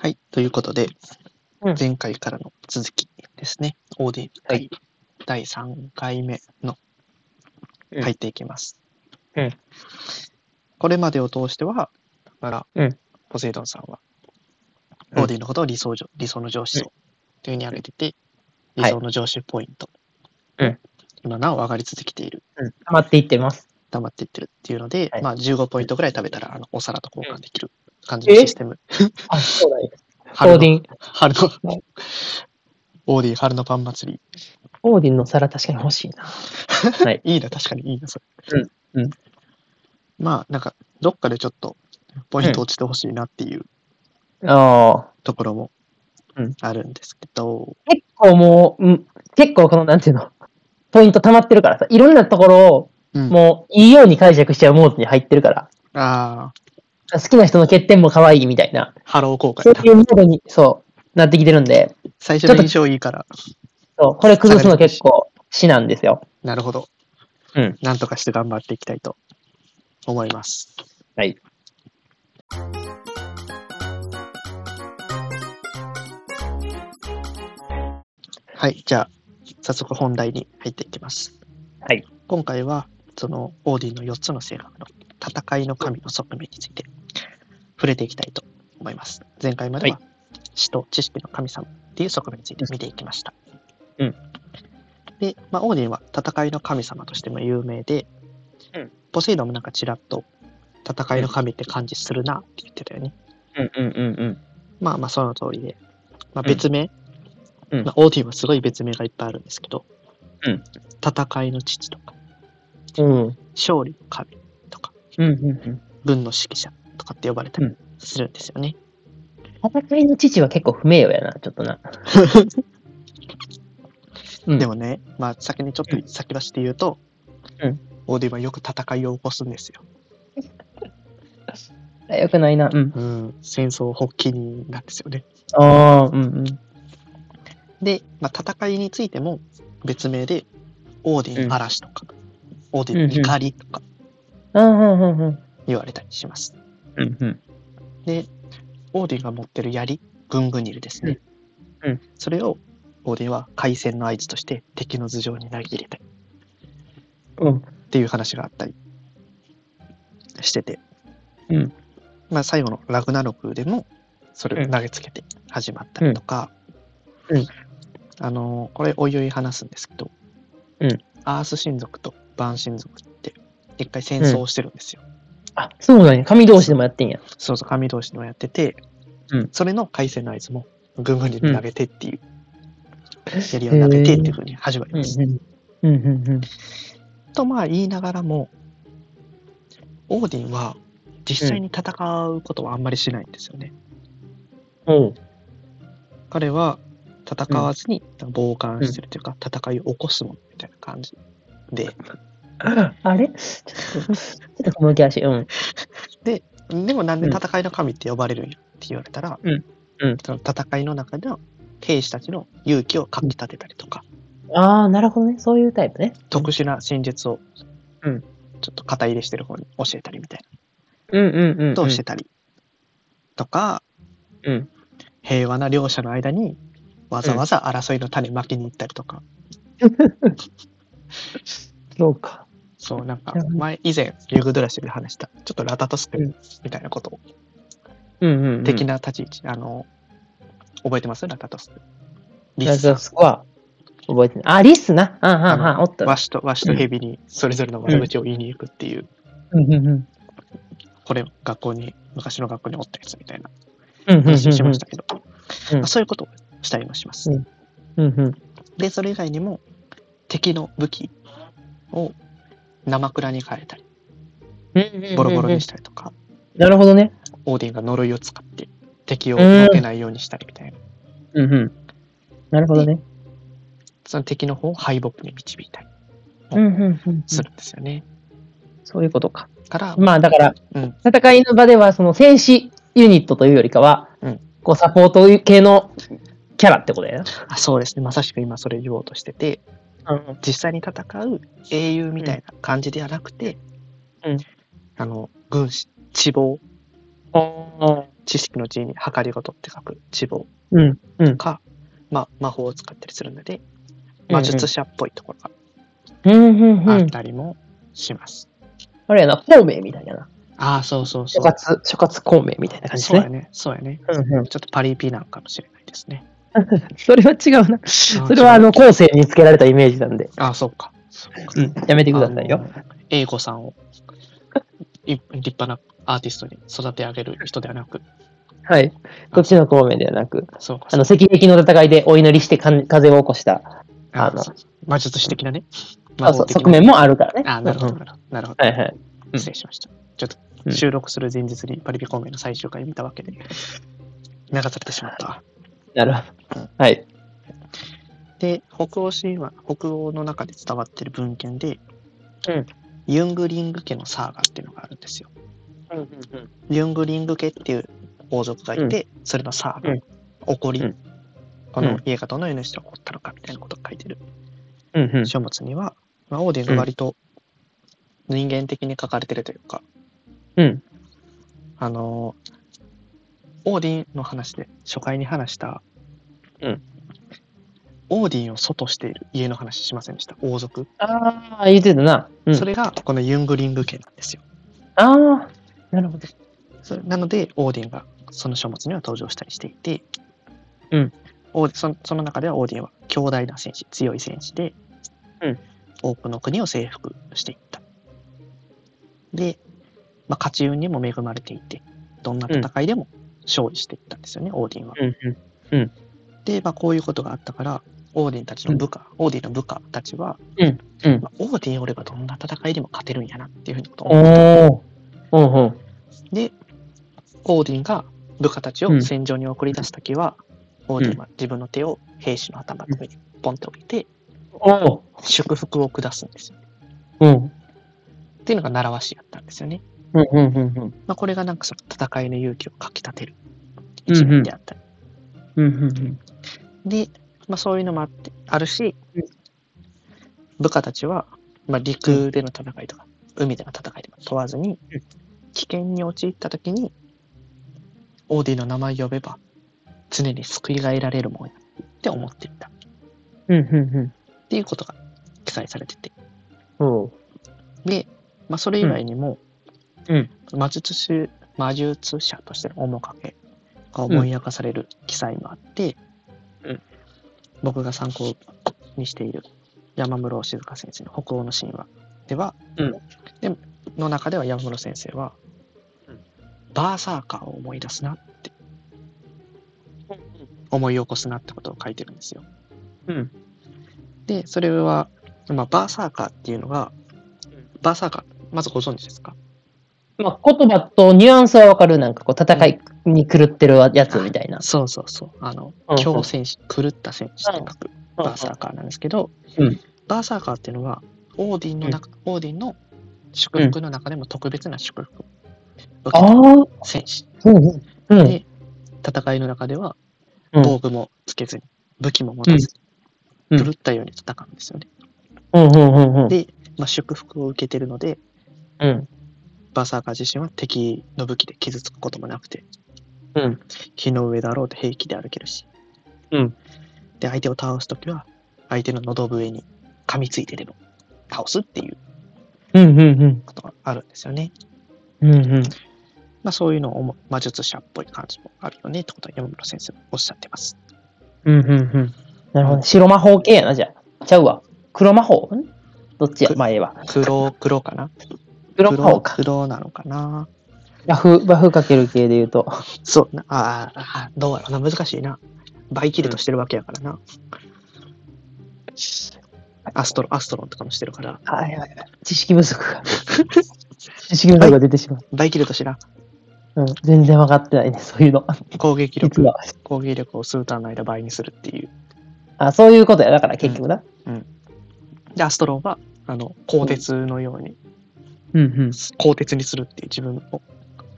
はい、ということで、うん前回からの続きですね。オーディは会い第3回目のうん入っていきます。うんこれまでを通しては、だから、うんポセイドンさんは、うんオーディのことを理想上理想の上司像というふうに挙げてて、うん理想の上司ポイント、うん今なお上がり続けている、うん、溜まっていってます。黙っていってるっていうので、はいまあ、15ポイントぐらい食べたらあのお皿と交換できる感じうのんえシステム。あ、そうだね。春のオーディン、春はの、オーディ春のパン祭り。オーディンの皿確かに欲しいな。はい。いいな、確かにいいな、それ。うんうんまあ、なんか、どっかでちょっと、ポイント落ちてほしいなっていうああ。ところもうんあるんですけど、結構もう、うん、結構この、なんていうの、ポイント溜まってるからさ、いろんなところを、うんもう、いいように解釈しちゃうモードに入ってるから、あ好きな人の欠点も可愛いみたいな、あ、ハロー公開そだういうモードに、そう、なってきてるんで、最初の印象いいから、そう、これ崩すの結構、死なんですよ。なるほど。うんなんとかして頑張っていきたいと思います。はい。はい、じゃあ、早速本題に入っていきます。はい。今回は、その、オーディンの4つの性格の戦いの神の側面について触れていきたいと思います。前回までは、死と知識の神様っていう側面について見ていきました。うん。で、まあ、オーディンは戦いの神様としても有名で、うんポセイドンもなんかちらっと戦いの神って感じするなって言ってたよね。うんうんうんうん。まあまあその通りで、まあ、うん別名、うんまあ、オーディンはすごい別名がいっぱいあるんですけど、うん戦いの父とかうん。勝利の神とかうんうん軍の指揮者とかって呼ばれたうりんするんですよね。うん。戦いの父は結構不名誉やな、ちょっと な。うんでもね、まあ、先にちょっと先走って言うと、うんオーディンはよく戦いを起こすんですよ。よくないな。うん。うん、戦争発起人なんですよね。ああ、うんうん。で、まあ、戦いについても別名でオーディンの嵐とか、オーディンの怒りとかうんうんうんうん。言われたりします。うんうん。で、オーディンが持ってる槍、グングニルですね。うんうんそれをオーディンは開戦の合図として敵の頭上に投げ入れたりうん。っていう話があったりしてて、うんまあ、最後のラグナロクでもそれを投げつけて始まったりとか、うんうんあのーこれおいおい話すんですけど、うんアース神族とバーン神族って一回戦争をしてるんですよ。あ、そうなんや。神同士でもやってんや。そうそう神同士でもやってて、うんそれの回戦の合図もぐんぐんに投げてっていう、槍を投げてっていうふうに始まりうんまうす。ん。うんうんうん。とまあ言いながらもオーディンは実際に戦うことはあんまりしないんですよね。おう。彼は戦わずに傍観してるというか、戦いを起こすものみたいな感じであれ ちょっと、ちょっと小向け足。うん。でもなんでうん戦いの神って呼ばれるんやって言われたら、うんうんその戦いの中での兵士たちの勇気をかき立てたりとか、ああ、なるほどね。そういうタイプね。特殊な戦術をうんちょっと肩入れしてる方に教えたりみたいうんうんうん。なことをしてたりとか、うん。平和な両者の間にわざわざ争いの種まきに行ったりとか、そうか。そうなんかなるほど前以前ユグドラシルで話したちょっとラタトスクみたいなことをうんうん、うん。的な立ち位置、あの覚えてますラタトスクリラスさんザスコア。覚えてない。あ、リスな。あはんはん、おったワ。シとワシとヘビにそれぞれの悪口を言いに行くっていう、うんうんうん。これ学校に昔の学校におったやつみたいなうんうんうん。話をしましたけど、うんまあそういうことをしたりもします、うんうんうん。でそれ以外にも敵の武器を生蔵に変えたりうんうん。ボロボロにしたりとか、なるほどね。オーディンが呪いを使って敵を避けないようにしたりみたいな、うんうん。なるほどね。その敵の方を敗北に導いたりうんうんうん。するんですよね。そういうことか。から、まあだから、うん戦いの場ではその戦士ユニットというよりかは、うんこうサポート系のキャラってことやな。あそうですね、まさしく今それ言おうとしてて、うん実際に戦う英雄みたいな感じではなくて、うんあの軍師、地望あ知識の字に計りごとって書く知謀うん。うん。か、まあ、魔法を使ったりするので、魔術者っぽいところうん、うん、がうあっん。たりもします。あれやな、孔明みたいやな。ああ、そうそうそ諸う。葛、諸葛孔明みたいな感じそうでやすね。ね。そうやね。うんうん。ちょっとパリピなのかもしれないですね。それは違うな。そ それはあの、後世につけられたイメージなんで。ああ、そうか。そうかうん。やめてくださいよ。あの。英子さんをい立派なアーティストに育て上げる人ではなく、はい。こっちの孔明ではなく、そうか。あの、赤壁の戦いでお祈りしてかん風を起こした、ああのそう魔術師的なね。あ魔そ法う的な側面もあるからね。あ、なるほど、うんなるほどなるほど。はいはい。うん失礼しました。ちょっうとん収録する前日にパリピ孔明の最終回見たわけで、流されてしまったわ。なるほど。はい。で、北欧神話、北欧の中で伝わってる文献で、うんユングリング家のサーガっていうのがあるんですよ。ユングリング家っていう王族がいて、それのサーガ、うん起こり、うんこの家がどのようにして起こったのかみたいなことを書いてるうんうん。書物には、まあ、オーディンが割と人間的に書かれてるというか、うん。あのーオーディンの話で初回に話した、うんオーディンを祖としている家の話しませんでした王族、ああ、言ってたな。うん、それがこのユングリング家なんですよああ、なるほど。それなのでオーディンがその書物には登場したりしていて、うんオーディそのその中ではオーディンは強大な戦士強い戦士で、うん多くの国を征服していったで、まあ、勝ち運にも恵まれていてどんな戦いでも勝利していったんですよね、オーディンはうんうん。で、まあ、こういうことがあったからオーディンたちの部下、オーディンの部下たちは、うんうんまあオーディンおればどんな戦いでも勝てるんやなっていうふうにことを思っておお。うんうん。で、オーディンが部下たちを戦場に送り出すときは、オーディンは自分の手を兵士の頭の上にポンって置いて、おお。祝福を下すんですよ。うん。っていうのが習わしやったんですよね。うんうんうんうん。まあ、これがなんかその戦いの勇気をかきたてるうんうん一面であったり。うんうんで、まあ、そういうのもあってあるしうん、部下たちは、まあ、陸での戦いとか、海での戦いとか問わずにうん、危険に陥ったときに、オーディンの名前を呼べば、常に救いが得られるもんやって思っていた。うんうんっていうことが記載されてて。うん。おで、まあ、それ以外にも、うん魔術師、魔術者としての面影が思い明かされる記載もあって、うん僕が参考にしている山室静香先生の北欧の神話では、うんでの中では山室先生は、うんバーサーカーを思い出すな、思い起こすなってことを書いてるんですよ。うん。で、それは、まあ、バーサーカーっていうのがうん、バーサーカー、まずご存知ですかまあ、言葉とニュアンスはわかる。なんかこう、戦いに狂ってるやつみたいな。そうそうそう。あのうんう、ん強戦士、狂った戦士って書くバーサーカーなんですけどうん、バーサーカーっていうのは、オーディンの中、オーディンの祝福の中でも特別な祝福を受あけあたー。戦士。うんうん。うん。で、戦いの中では、うん防具もつけずに、武器も持たずうに、ん狂ったように戦うんですよね。うんうんうんうん。で、まあ、祝福を受けてるので、うん。バーサーカー自身は敵の武器で傷つくこともなくて、うん。火の上だろうと平気で歩けるし、うんで相手を倒すときは相手の喉笛に噛みついてでも倒すっていううんうんうん。ことがあるんですよね。うんうん。まあ、そういうのを思う魔術者っぽい感じもあるよねってことを山室先生もおっしゃってます。うんうんうん。なるほど。白魔法系やな、じゃあ。ちゃうわ。黒魔法んどっちやくまあええわ。黒黒かな黒魔法か。黒なのかなバフ、バフかける系で言うと。そうなあーあーどうやろうな難しいな。バイキルとしてるわけやからな。アストロアストロンとかもしてるからはいはいはい。知識不足が。 知識不足が出てしまう。バイキルとしてなうん。全然分かってないね、そういうの。攻撃実力は。攻撃力を数ターンの間倍にするっていうあ、そういうことや。だから結局な。で、アストロンは、あの、鋼鉄のように、うんうん。鋼鉄にするっていう自分を、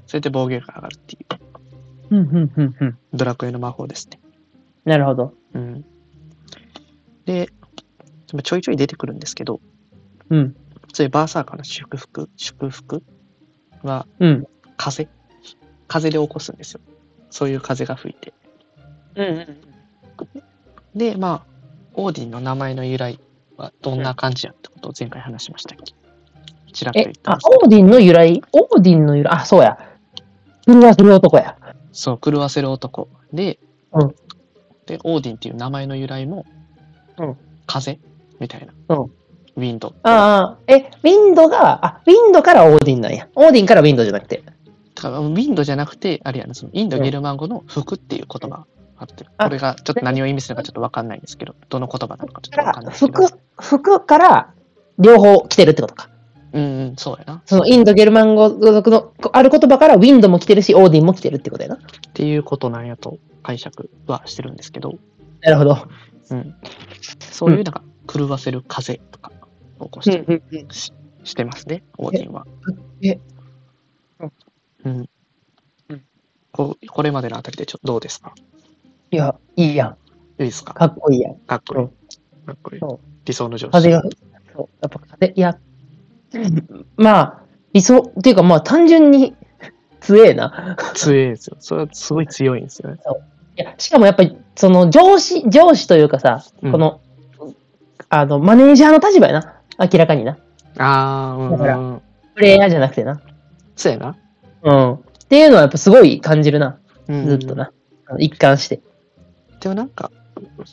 それで防御力が上がるっていう、うんうんうんうん。ドラクエの魔法ですね。なるほど。うん。で、ちょいちょい出てくるんですけど、うん。そういうバーサーカーの祝福、祝福はうん。風、風で起こすんですよ。そういう風が吹いてうんうんでまあオーディンの名前の由来はどんな感じやってことを前回話しましたっけちらっとえ言っ、てあま、すけどオーディンの由来オーディンの由来あ、そうや。それはそれ男や。そう狂わせる男で,、うんでオーディンっていう名前の由来も、うん風みたいな、うんウィンドああ、え、ウィンドが、あ、ウィンドからオーディンなんや。オーディンからウィンドじゃなくて。だからウィンドじゃなくてあれやなそのインドうんゲルマン語の服っていう言葉があってる、あこれがちょっと何を意味するかちょっと分かんないんですけどどの言葉なのかちょっと分かんないですけど服、服から両方来てるってことか。うんうんそうやなそのインド・ゲルマン語族のある言葉からウィンドも来てるし、オーディンも来てるってことやな。っていうことなんやと解釈はしてるんですけど、なるほど。うん、そういうなんか狂わせる風とかを起こしたりしてますね、オーディンは。えうんうんうんここれまでのあたりでちょっとどうですかいや、いいやん。いいですかかっこいいやん。かっこいいうん。かっこいいそう。理想の上司。風が、そう、やっぱ風、いや、まあ、理想、っていうかまあ単純に強えな。強いんですよ。それはすごい強いんですよね。いや、しかもやっぱり、その上司、上司というかさ、うんこの、あの、マネージャーの立場やな。明らかにな。ああ、うんだからうん。プレイヤーじゃなくてな。そうやな。うん。っていうのはやっぱすごい感じるな。うんずっと。な。あの一貫して。でもなんか、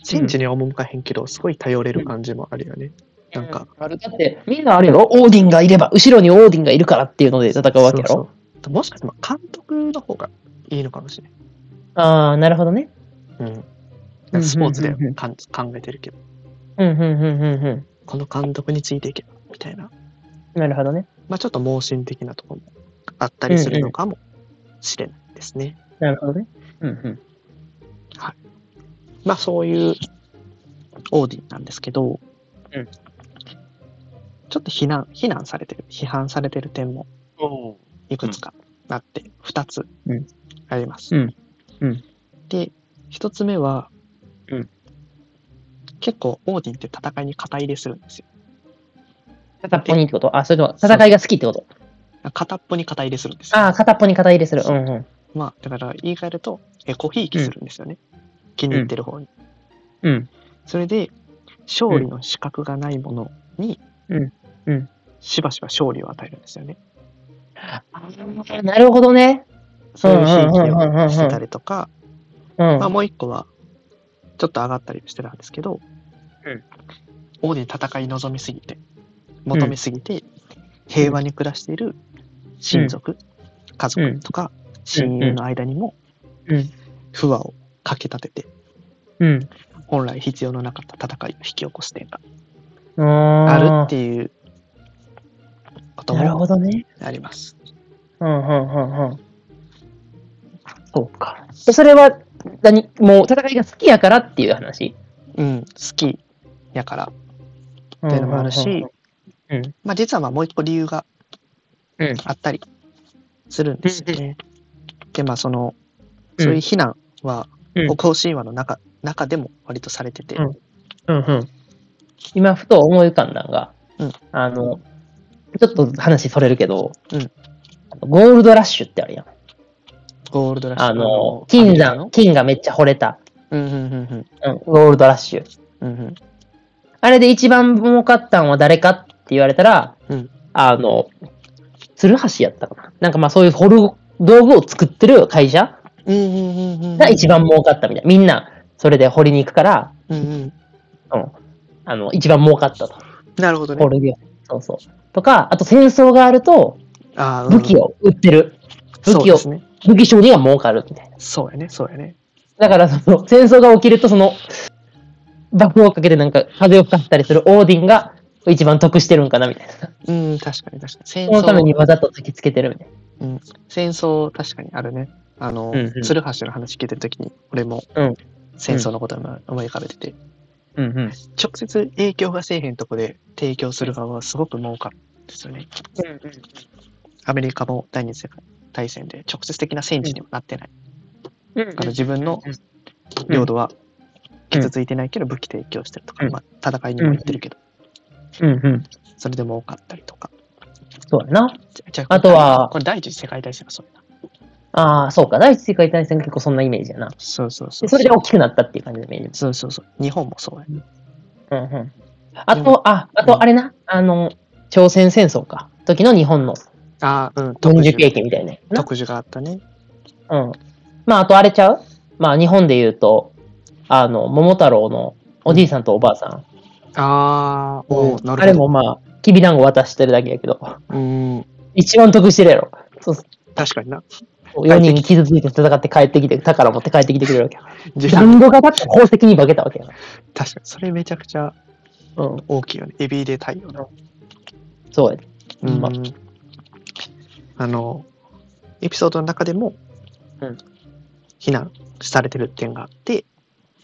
戦地には赴かへんけど、すごい頼れる感じもあるよね。なんか、あるだって、みんなあれやろオーディンがいれば、後ろにオーディンがいるからっていうので戦うわけやろそうそうもしかしたら監督の方がいいのかもしれああ、なるほどね。ない。うん。スポーツでうんうんうんかん考えてるけど、うん、うん、うん、うん、うこの監督についていけば、みたいな。ん。なるほどね。まあちょっと盲信的なところもあったりするのかもしれないですね。なるほどね。うん、うん。まあそういうオーディンなんですけど、うんちょっと非難、非難されてる、批判されてる点もいくつかあって、二つうんあります。うんうんで、一つ目は、うん結構オーディンって戦いに肩入れするんですよ。片っぽにってことあ、それとも戦いが好きってこと片っぽに肩入れするんですよ。ああ、片っぽに肩入れする。うん、うん。まあ、だから言い換えると、えコひいきするんですよね。気に入ってる方に。うん。それで、勝利の資格がないものに、うんうんしばしば勝利を与えるんですよね。あーなるほどね。そういうひいきをしてたりとか、うん。まあ、もう一個は、ちょっと上がったりしてたんですけど、うん王に戦い望みすぎて、求めすぎて、平和に暮らしている親族、家族とか親友の間にもうん、不和をかき立てて、うん。本来必要のなかった戦いを引き起こす点があるあっていうことーなるもほどね。あります。うん、うん、うん、うん。そうか。でそれは、何もう戦いが好きやからっていう話。うん、好きやから。っていうのもあるしうん。まあ、実はまあもう一個理由がうんあったりするんですよね。で、まあその、うんそういう非難はうん北欧神話の中,、中でも割とされてて、うんうんうん、今ふと思い浮かんだんが、うんあのちょっと話それるけど、うんゴールドラッシュってあるやんゴールドラッシュあのア金メリカ山の金がめっちゃ惚れた、うんうんうんうん、ゴールドラッシュうんうんうんあれで一番儲かったんは誰かって言われたら、うんあの鶴橋やったかななんかまあそういう掘る道具を作ってる会社うんうんうんうんが一番儲かったみたいなみんなそれで掘りに行くから、うんうんうん、あの一番儲かったとなるほどねホ。ルビそうそう。とか、あと戦争があると、あーうん武器を売ってる。武そう器でを、すね。武器商人が儲かるみたいな。そうやね、そうやね。だから、その、戦争が起きると、その、爆をかけてなんか風を吹かせたりするオーディンが一番得してるんかなみたいな。うん、確かに確かに。戦そのために争、わざと突きつけてるみたい戦争、確かにあるね。あの、うんうん鶴橋の話聞いてるときに、俺もうん戦争のことを思い浮かべてて、な。うんうん。直接影響がせえへんとこで提供する側はすごく儲かるんですよね。アメリカも第二次世界大戦で直接的な戦地にはなってない。だから自分の領土は傷ついてないけど武器提供してるとか、うんまあ、戦いにも行ってるけど、うんうん。それで儲かったりとか。そうやな。じゃじゃあとはこれ第一次世界大戦はそうやな。ああ、そうか。第一次世界大戦が結構そんなイメージやな。そうそうそでう。それで大きくなったっていう感じのイメージ。そうそうそう。日本もそうや。うんうん、あと、あ、あと、あれな、あの、朝鮮戦争か、時の日本のああ、うん。軍事経験みたいなやつな。特需があったね。うん。まあ、あと、あれちゃうまあ、日本で言うと、あの、桃太郎のおじいさんとおばあさん。ああ、おお、なるほど。あれもまあ、きびだんご渡してるだけやけど、 うん、一番得してるやろ。そう確かにな。 4人傷ついて戦って帰ってきて、宝持って帰ってきてくれるわけや。自分 団子がだって宝石に化けたわけや。確かに、それめちゃくちゃうん、大きいよね。エビで太陽の。そうやで。ううんん。あの、エピソードの中でも、うん避難されてる点があって、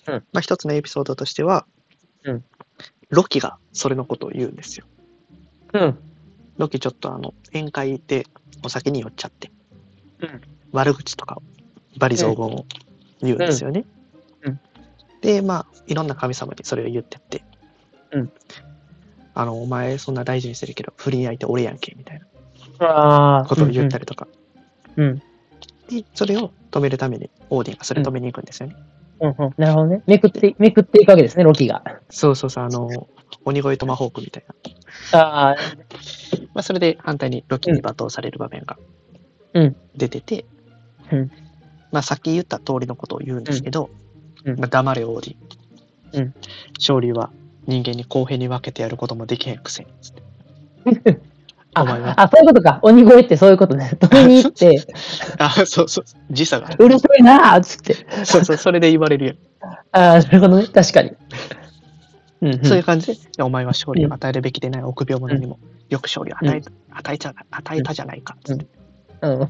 うんまあ一つのエピソードとしては、うんロキがそれのことを言うんですよ。うん。ロキちょっとあの、宴会でお酒に酔っちゃって、うん悪口とかを、バリ雑言を言うんですよね。うんうんで、まあ、いろんな神様にそれを言ってって、うんあの、お前そんな大事にしてるけど、不倫相手俺やんけ、みたいなああ。ことを言ったり。りとか。うんうん。で、それを止めるために、オーディンがそれ止めに行くんですよね。うんうん、なるほどね。めくって、めくっていくわけですね、ロキが。そうそうそう、あの、鬼越トマホークみたいな。ああ、まあ、それで反対にロキに罵倒される場面がうん出てて、うんまあ、さっき言った通りのことを言うんですけど、うんうんまあ、黙れ王子、うん勝利は人間に公平に分けてやることもできへんくせ につってお前あは、あ、そういうことか。鬼越ってそういうこと ね。止めに行って、あそうそう時差がうるさいなーっつって。そうそうそれで言われるやん、ああ、なるほどね。確かに。うん、うん。そういう感じでいやお前は勝利を与えるべきでない臆病者にもよく勝利を与え,、与えちゃ与えたじゃないかっつって、うん、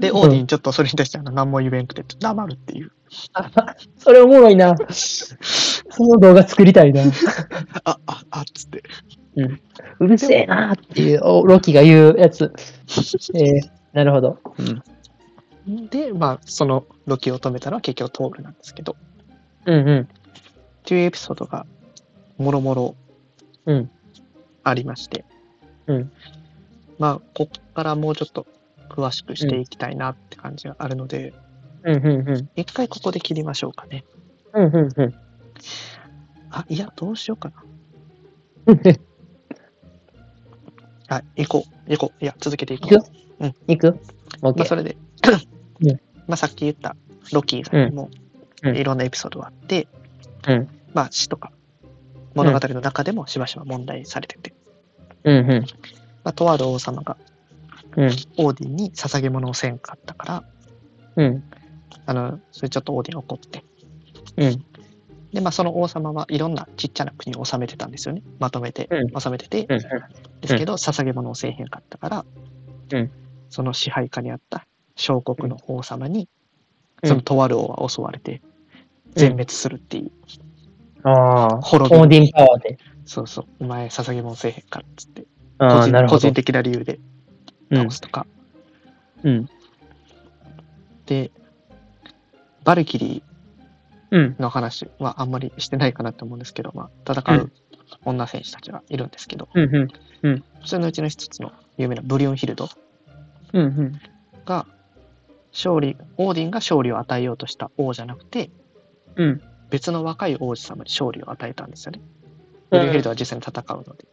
でうん王子にちょっとそれに対してあの何も言えんくて黙るっていうあそれおもろいな。その動画作りたいな。あああっつってうるせえなーっていう、 おロキが言うやつ。えー、なるほど。うん。で、まあ、そのロキを止めたのは結局トールなんですけど、っうんうていうエピソードがもろもろん。うん。ありまして、うんまあ、ここからもうちょっと詳しくしていきたいなって感じがあるので、うんうんうん。一回ここで切りましょうかね。うんうん うん。あ、いや、どうしようかな。あ、行こう、行こう。いや、続けていこ行くう。行く ?OK。まあ、それで、うんまあ、さっき言ったロキ以外にも、うんうんいろんなエピソードがあって、うんまあ、死とか物語の中でもしばしば問題されてて、うんうまあ、とある王様がん。うオん。ーディンに捧げ物をせんかったから、うん。あの、それちょっとオーディン怒って。うん。で、まあ、その王様はいろんなちっちゃな国を治めてたんですよね。まとめてう、治めてて。うんですけど、捧げ物をせえへんかったから、うんその支配下にあった小国の王様に、うんそのとある王は襲われて、全滅するっていう。ああ。滅びオーディンパワーで。そうそう、お前捧げ物せえへんかっつって、あ個あ、な人る個ほど人。的な理由でうん倒すとか。うん。で、バルキリー、うん。の話はあんまりしてないかなと思うんですけど、まあ、戦う女選手たちがいるんですけど、うん。うん。そのうちの一つの有名なブリオンヒルドうん。うん。が勝利オーディンが勝利を与えようとした王じゃなくてうん。別の若い王子様に勝利を与えたんですよね。ブうんリオンヒルドは実際に戦うので。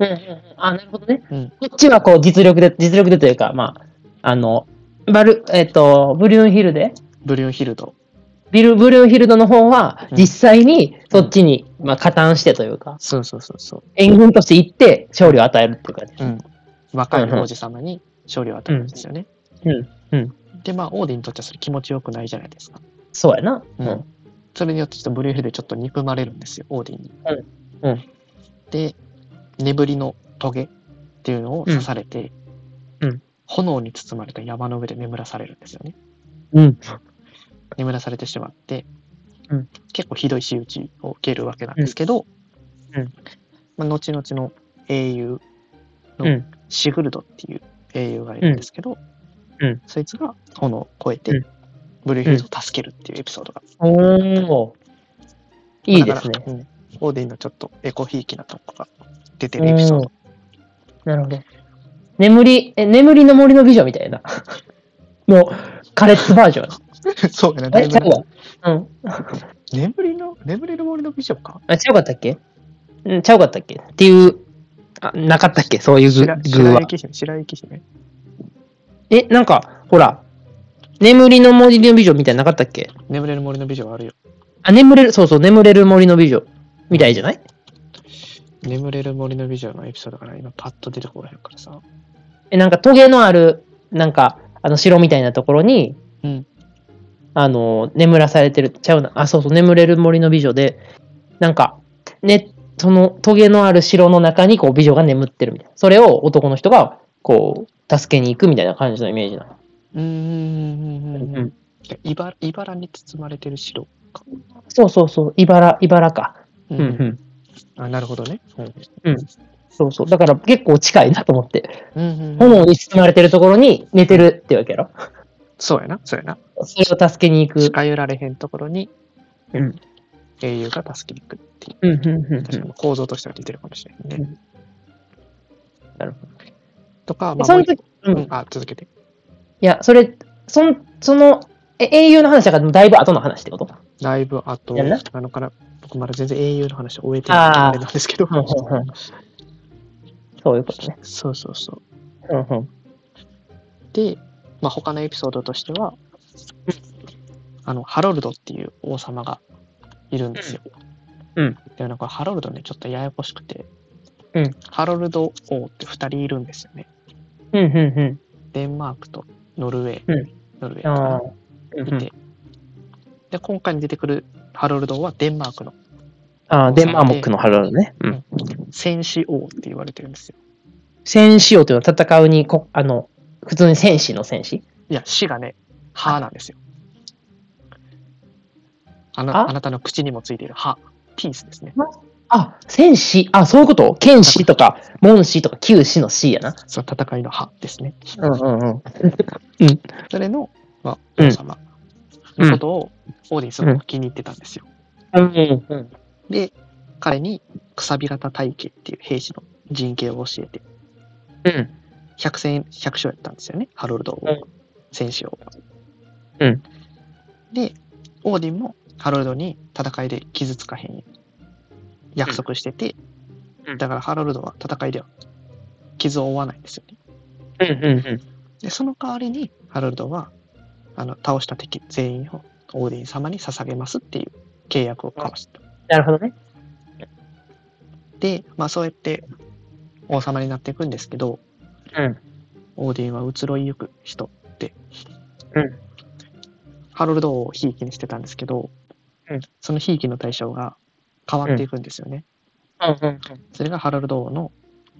うんうんあ、なるほどね。うんこっちはこう実力で、実力でというか、まあ、あの、バル、えっ、と、ブリュンヒルで、ブリオンヒルド。ビル、ブリュンヒルドの方はう、ん実際にそっちに、まあ、加担してというか、そうそうそうそ援軍として行って勝利を与えるっていう感じですう。う。ん、若い王子様に勝利を与えたんですよね。うん。でまあオーディンにとってはそれ気持ちよくないじゃないですか。そうやな。うん。それによってちょっとブリューヒルでちょっと憎まれるんですよ、オーディンに。うんうんで、眠りのトゲっていうのを刺されて、うんうん炎に包まれた山の上で眠らされるんですよね。うん。眠らされてしまって、うん結構ひどい仕打ちを受けるわけなんですけど、うんうんまあ、後々の英雄うのんシグルドっていう英雄がいるんですけど、うんうんそいつが炎を越えて、うんブルーヒルズを助けるっていうエピソードがおー。いいですねだ。からうんオーディンのちょっとエコひいきなとこが出てるエピソード。 なるほど。眠り、え、眠りの森の美女みたいな。のカレッツバージョン。そうやな、あだれいちゃぶうわ。うん。眠りの、眠れる森の美女かあ、ちゃうかったっけうん、ちゃうかったっけっていう、あ、なかったっけそういう白具具は白。雪姫、白雪姫。え、なんか、ほら、眠りの森の美女みたいなのなかったっけ眠れる森の美女はあるよ。あ、眠れる、そうそう、眠れる森の美女みたいじゃない眠れる森の美女のエピソードから今パッと出てこらへんからさ。え、なんかトゲのある、なんか、あの城みたいなところに、うんあの、眠らされてる、ちゃうな、あ、そうそう、眠れる森の美女で、なんか、ね、そのトゲのある城の中に、こう、美女が眠ってるみたいな。それを男の人が、こう、助けに行くみたいな感じのイメージなの。うーん。うんうん茨茨に包まれてる城。そうそうそう、茨、茨か。ううんうん。あ、なるほどね。うん。そうそう。だから結構近いなと思って。うんうんうん、炎に包まれてるところに寝てるってわけやろ。そうやな、そうやな。それを助けに行く。近寄られへんところに、うん英雄が助けに行くっていう。うんうんうんうん確かに構造としては似てるかもしれないね。なるほとか、ど。まあ、そもうの一時、うん。うん、あ、続けて。いや、それ、そんその、え英雄の話だからだいぶ後の話ってことだいぶ後やんななのかな。僕まだ全然英雄の話を終えてないあーあれなんですけど。そういうことね。そうそうそう。うんうんで、まあ、他のエピソードとしては、あの、ハロルドっていう王様がいるんですよ。うん。で、なんかハロルドね、ちょっとややこしくて、うんハロルド王って2人いるんですよね。うんうんうんデンマークとノルウェー。うんノルウェーかあなーうんういんて。で、今回に出てくるハロルド王はデンマークのあー、デンマークの春だね。うん戦士王って言われてるんですよ。戦士王というのは戦うにこ、あの、普通に戦士の戦士いや、死がね、歯なんですよ。ああなあなたの口にもついている歯、ピースですね。あ、戦士、あ、そういうこと剣士とか、門士とか、九士の士やな。その戦いの歯ですね。うんうんうん。それの、まあ、うん王様のことをオーディンすごく気に入ってたんですよ。うんうん。で、彼にくさび型体系っていう兵士の陣形を教えて、うん。 100戦、100勝やったんですよね、ハロルド王、うん戦士王。うんで、オーディンもハロルドに戦いで傷つかへんように約束してて、うんだからハロルドは戦いでは傷を負わないんですよね。うんうんうん。で、その代わりに、ハロルドは、あの、倒した敵全員をオーディン様に捧げますっていう契約を交わした。なるほどね。で、まあそうやって王様になっていくんですけど、うん。オーディンは移ろいゆく人って、うんハロルド王をひいきにしてたんですけど、うんそのひいきの対象が変わっていくんですよね。うんうんそれがハロルド王の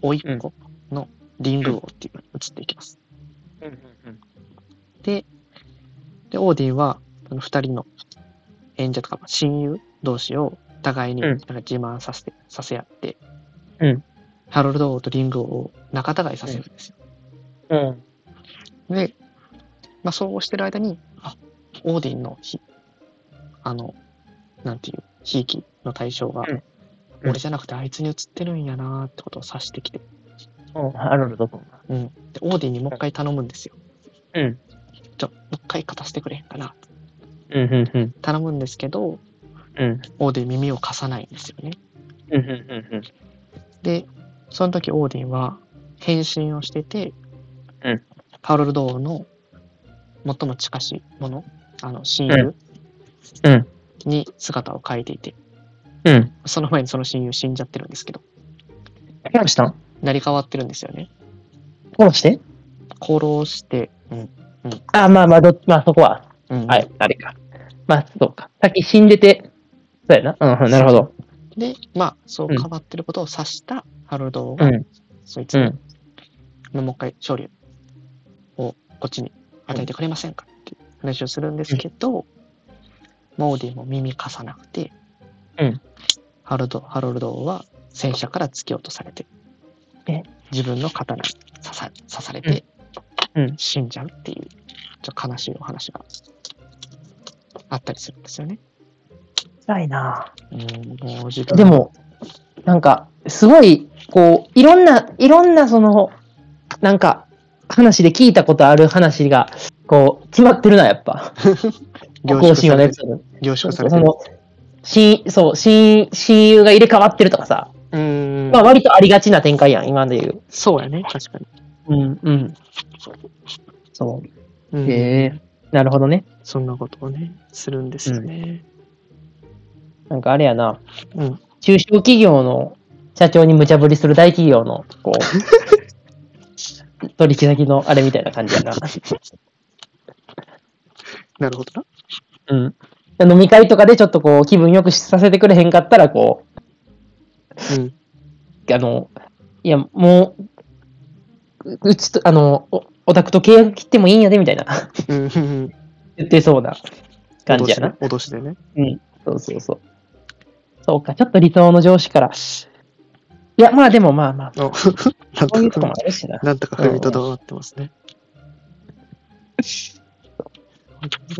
甥っ子のリング王っていうのに移っていきます。うん。で、でオーディンは、その二人の演者とか、まあ親友同士を互いにうんなんか自慢させて、させ合って、うんハロルド王とリング王を仲違いさせるんですよ。うん。で、まあ、そうしてる間に、あ、オーディンのひ、あの、なんていう、ひいきの対象が、うんうん俺じゃなくてあいつに移ってるんやなーってことを察してきて、うん。ハロルド君が。でオーディンにもう一回頼むんですよ。うん。ちょ、もう一回勝たせてくれへんかな。うんうんうん。頼むんですけど、うん。オーディン耳を貸さないんですよね。うんうんで、その時オーディンは変身をしてて、うんハロルド王の最も近しいもの、あの親友うんうんに姿を変えていて、うん。うん。その前にその親友死んじゃってるんですけど、殺したん成り変わってるんですよね。殺して殺して、うん、あ、まあまあ、ど、まあそこは、うんはい、あれか。まあ、そうか。さっき死んでて、そうやな。うんうん、なるほど。で、まあ、そううん変わってることを察したハロルド王うが、ん。そいつうにん。まあもう一回勝利をこっちに与えてくれませんかっていう話をするんですけど、モーディも耳貸さなくて、うんハロルドハロルド王は戦車から突き落とされてえ自分の刀に刺さ刺されて、うんうん死んじゃうっていうちょっと悲しいお話があったりするんですよね。辛いなうんもう時間でも、なんか、すごい、こう、いろんな、いろんな、その、なんか、話で聞いたことある話が、ここう、詰まってるな、やっぱ。凝縮更新さをねれ、て凝縮そうさそれうてそる。の、親、そう、親、親友が入れ替わってるとかさ、うーん。まあ割とありがちな展開やん、今で言う。そうやね、確かに。うん、うん。そうう。んへえ。なるほどね。そんなことをね、するんですよね。なんかあれやな、うん。中小企業の社長に無茶ぶりする大企業の、こう、 取引先のあれみたいな感じやな。なるほどな。うん。飲み会とかでちょっとこう、気分よくさせてくれへんかったら、こう、うん。あの、いや、もう、ううちと、あの、おオタクと契約切ってもいいんやで、みたい な、うんうんうん。言ってそうな感じやな。脅しでね。そうそうそう。そうか、ちょっと理想の上司から。いや、まあでもまあまあ、お なんそういうととこもか、あるしな。なんとか踏みとどまってますね。そうい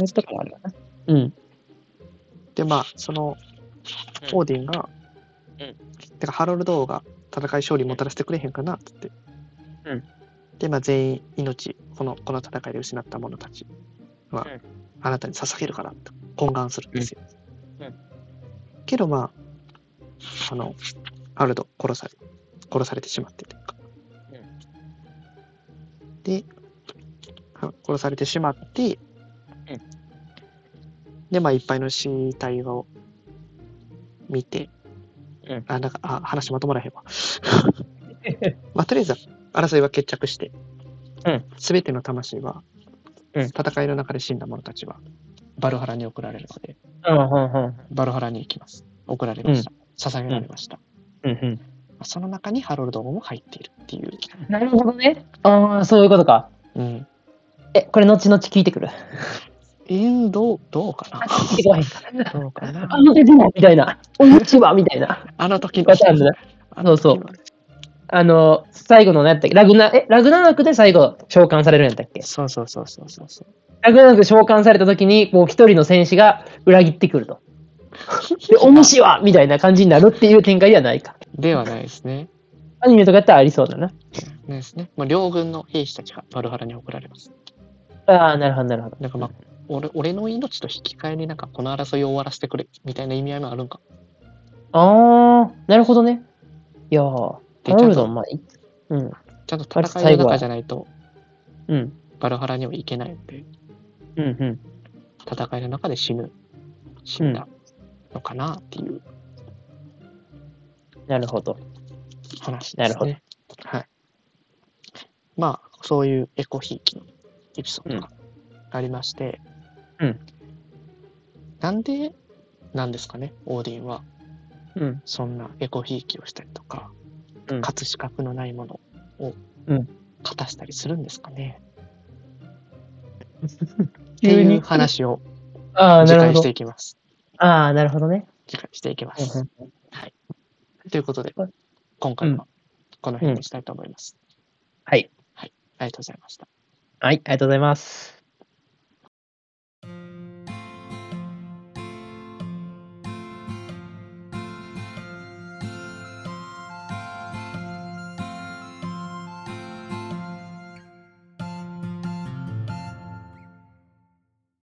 うとこもあるわな。うん。で、まあ、その、うんオーディンが、てか、ハロルド王が戦い勝利もたらしてくれへんかな、つって。うんで、まあ、全員命、この、この戦いで失った者たちは、うんあなたに捧げるから、と懇願するんですよ。うんうんけど、まあ、あの、ハルド、殺され、殺されてしまってというか。で、は殺されてしまって、で、まあ、いっぱいの死体を見て、うんあ、なんか、あ、話まとまらへんわ。まあ、とりあえず、争いは決着してうん、すべ、ての魂は、うん戦いの中で死んだ者たちは、バルハラに送られるので、うん、うん、うん。バルハラに行きます。送られました。捧げられました。うん、まあその中にハロルドも入っているっていう。うん。なるほどね。ああ、そういうことか。うん。え、これ後々聞いてくる。インド、どうかあ聞いてこらへんか。などうかなあの出てないみたいな。おうちはみたいな。あの時のパターンだ。あの時のあの、最後の何やったっけラグナ、え、ラグナークで最後召喚されるんやったっけそうそうそうそうそうそう。ラグナーク召喚された時に、もう一人の戦士が裏切ってくると。で、お主はみたいな感じになるっていう展開ではないか。ではないですね。アニメとかやったらありそうだな。ないですね。まあ、両軍の兵士たちがバルハラに送られます。ああ、なるほど、なるほど。なんかまあ、俺俺の命と引き換えになんかこの争いを終わらせてくれみたいな意味合いもあるんか。ああ、なるほどね。いやー、でハロルちゃド、んとまあ、いうん、ちゃんと戦いの中じゃないとうん、バルハラにはいけないので、うん、うん。戦いの中で死ぬ、死んだのかなっていうなるほど。話なでるすほどね。はい。まあ、そういうエコひいきのエピソードがありまして、うんなんでなんですかね、オーディンは。うん、そんなエコひいきをしたりとか、うん勝つ資格のないものをうん勝たしたりするんですか ね、って急いにう話をああ、次なる回しほてど。いきます。ああ、なるほどね。次回していきまうんうすん。ということでうん、今回はこの辺にしたいと思います。はい。ありがとうございました。はい、ありがとうございます。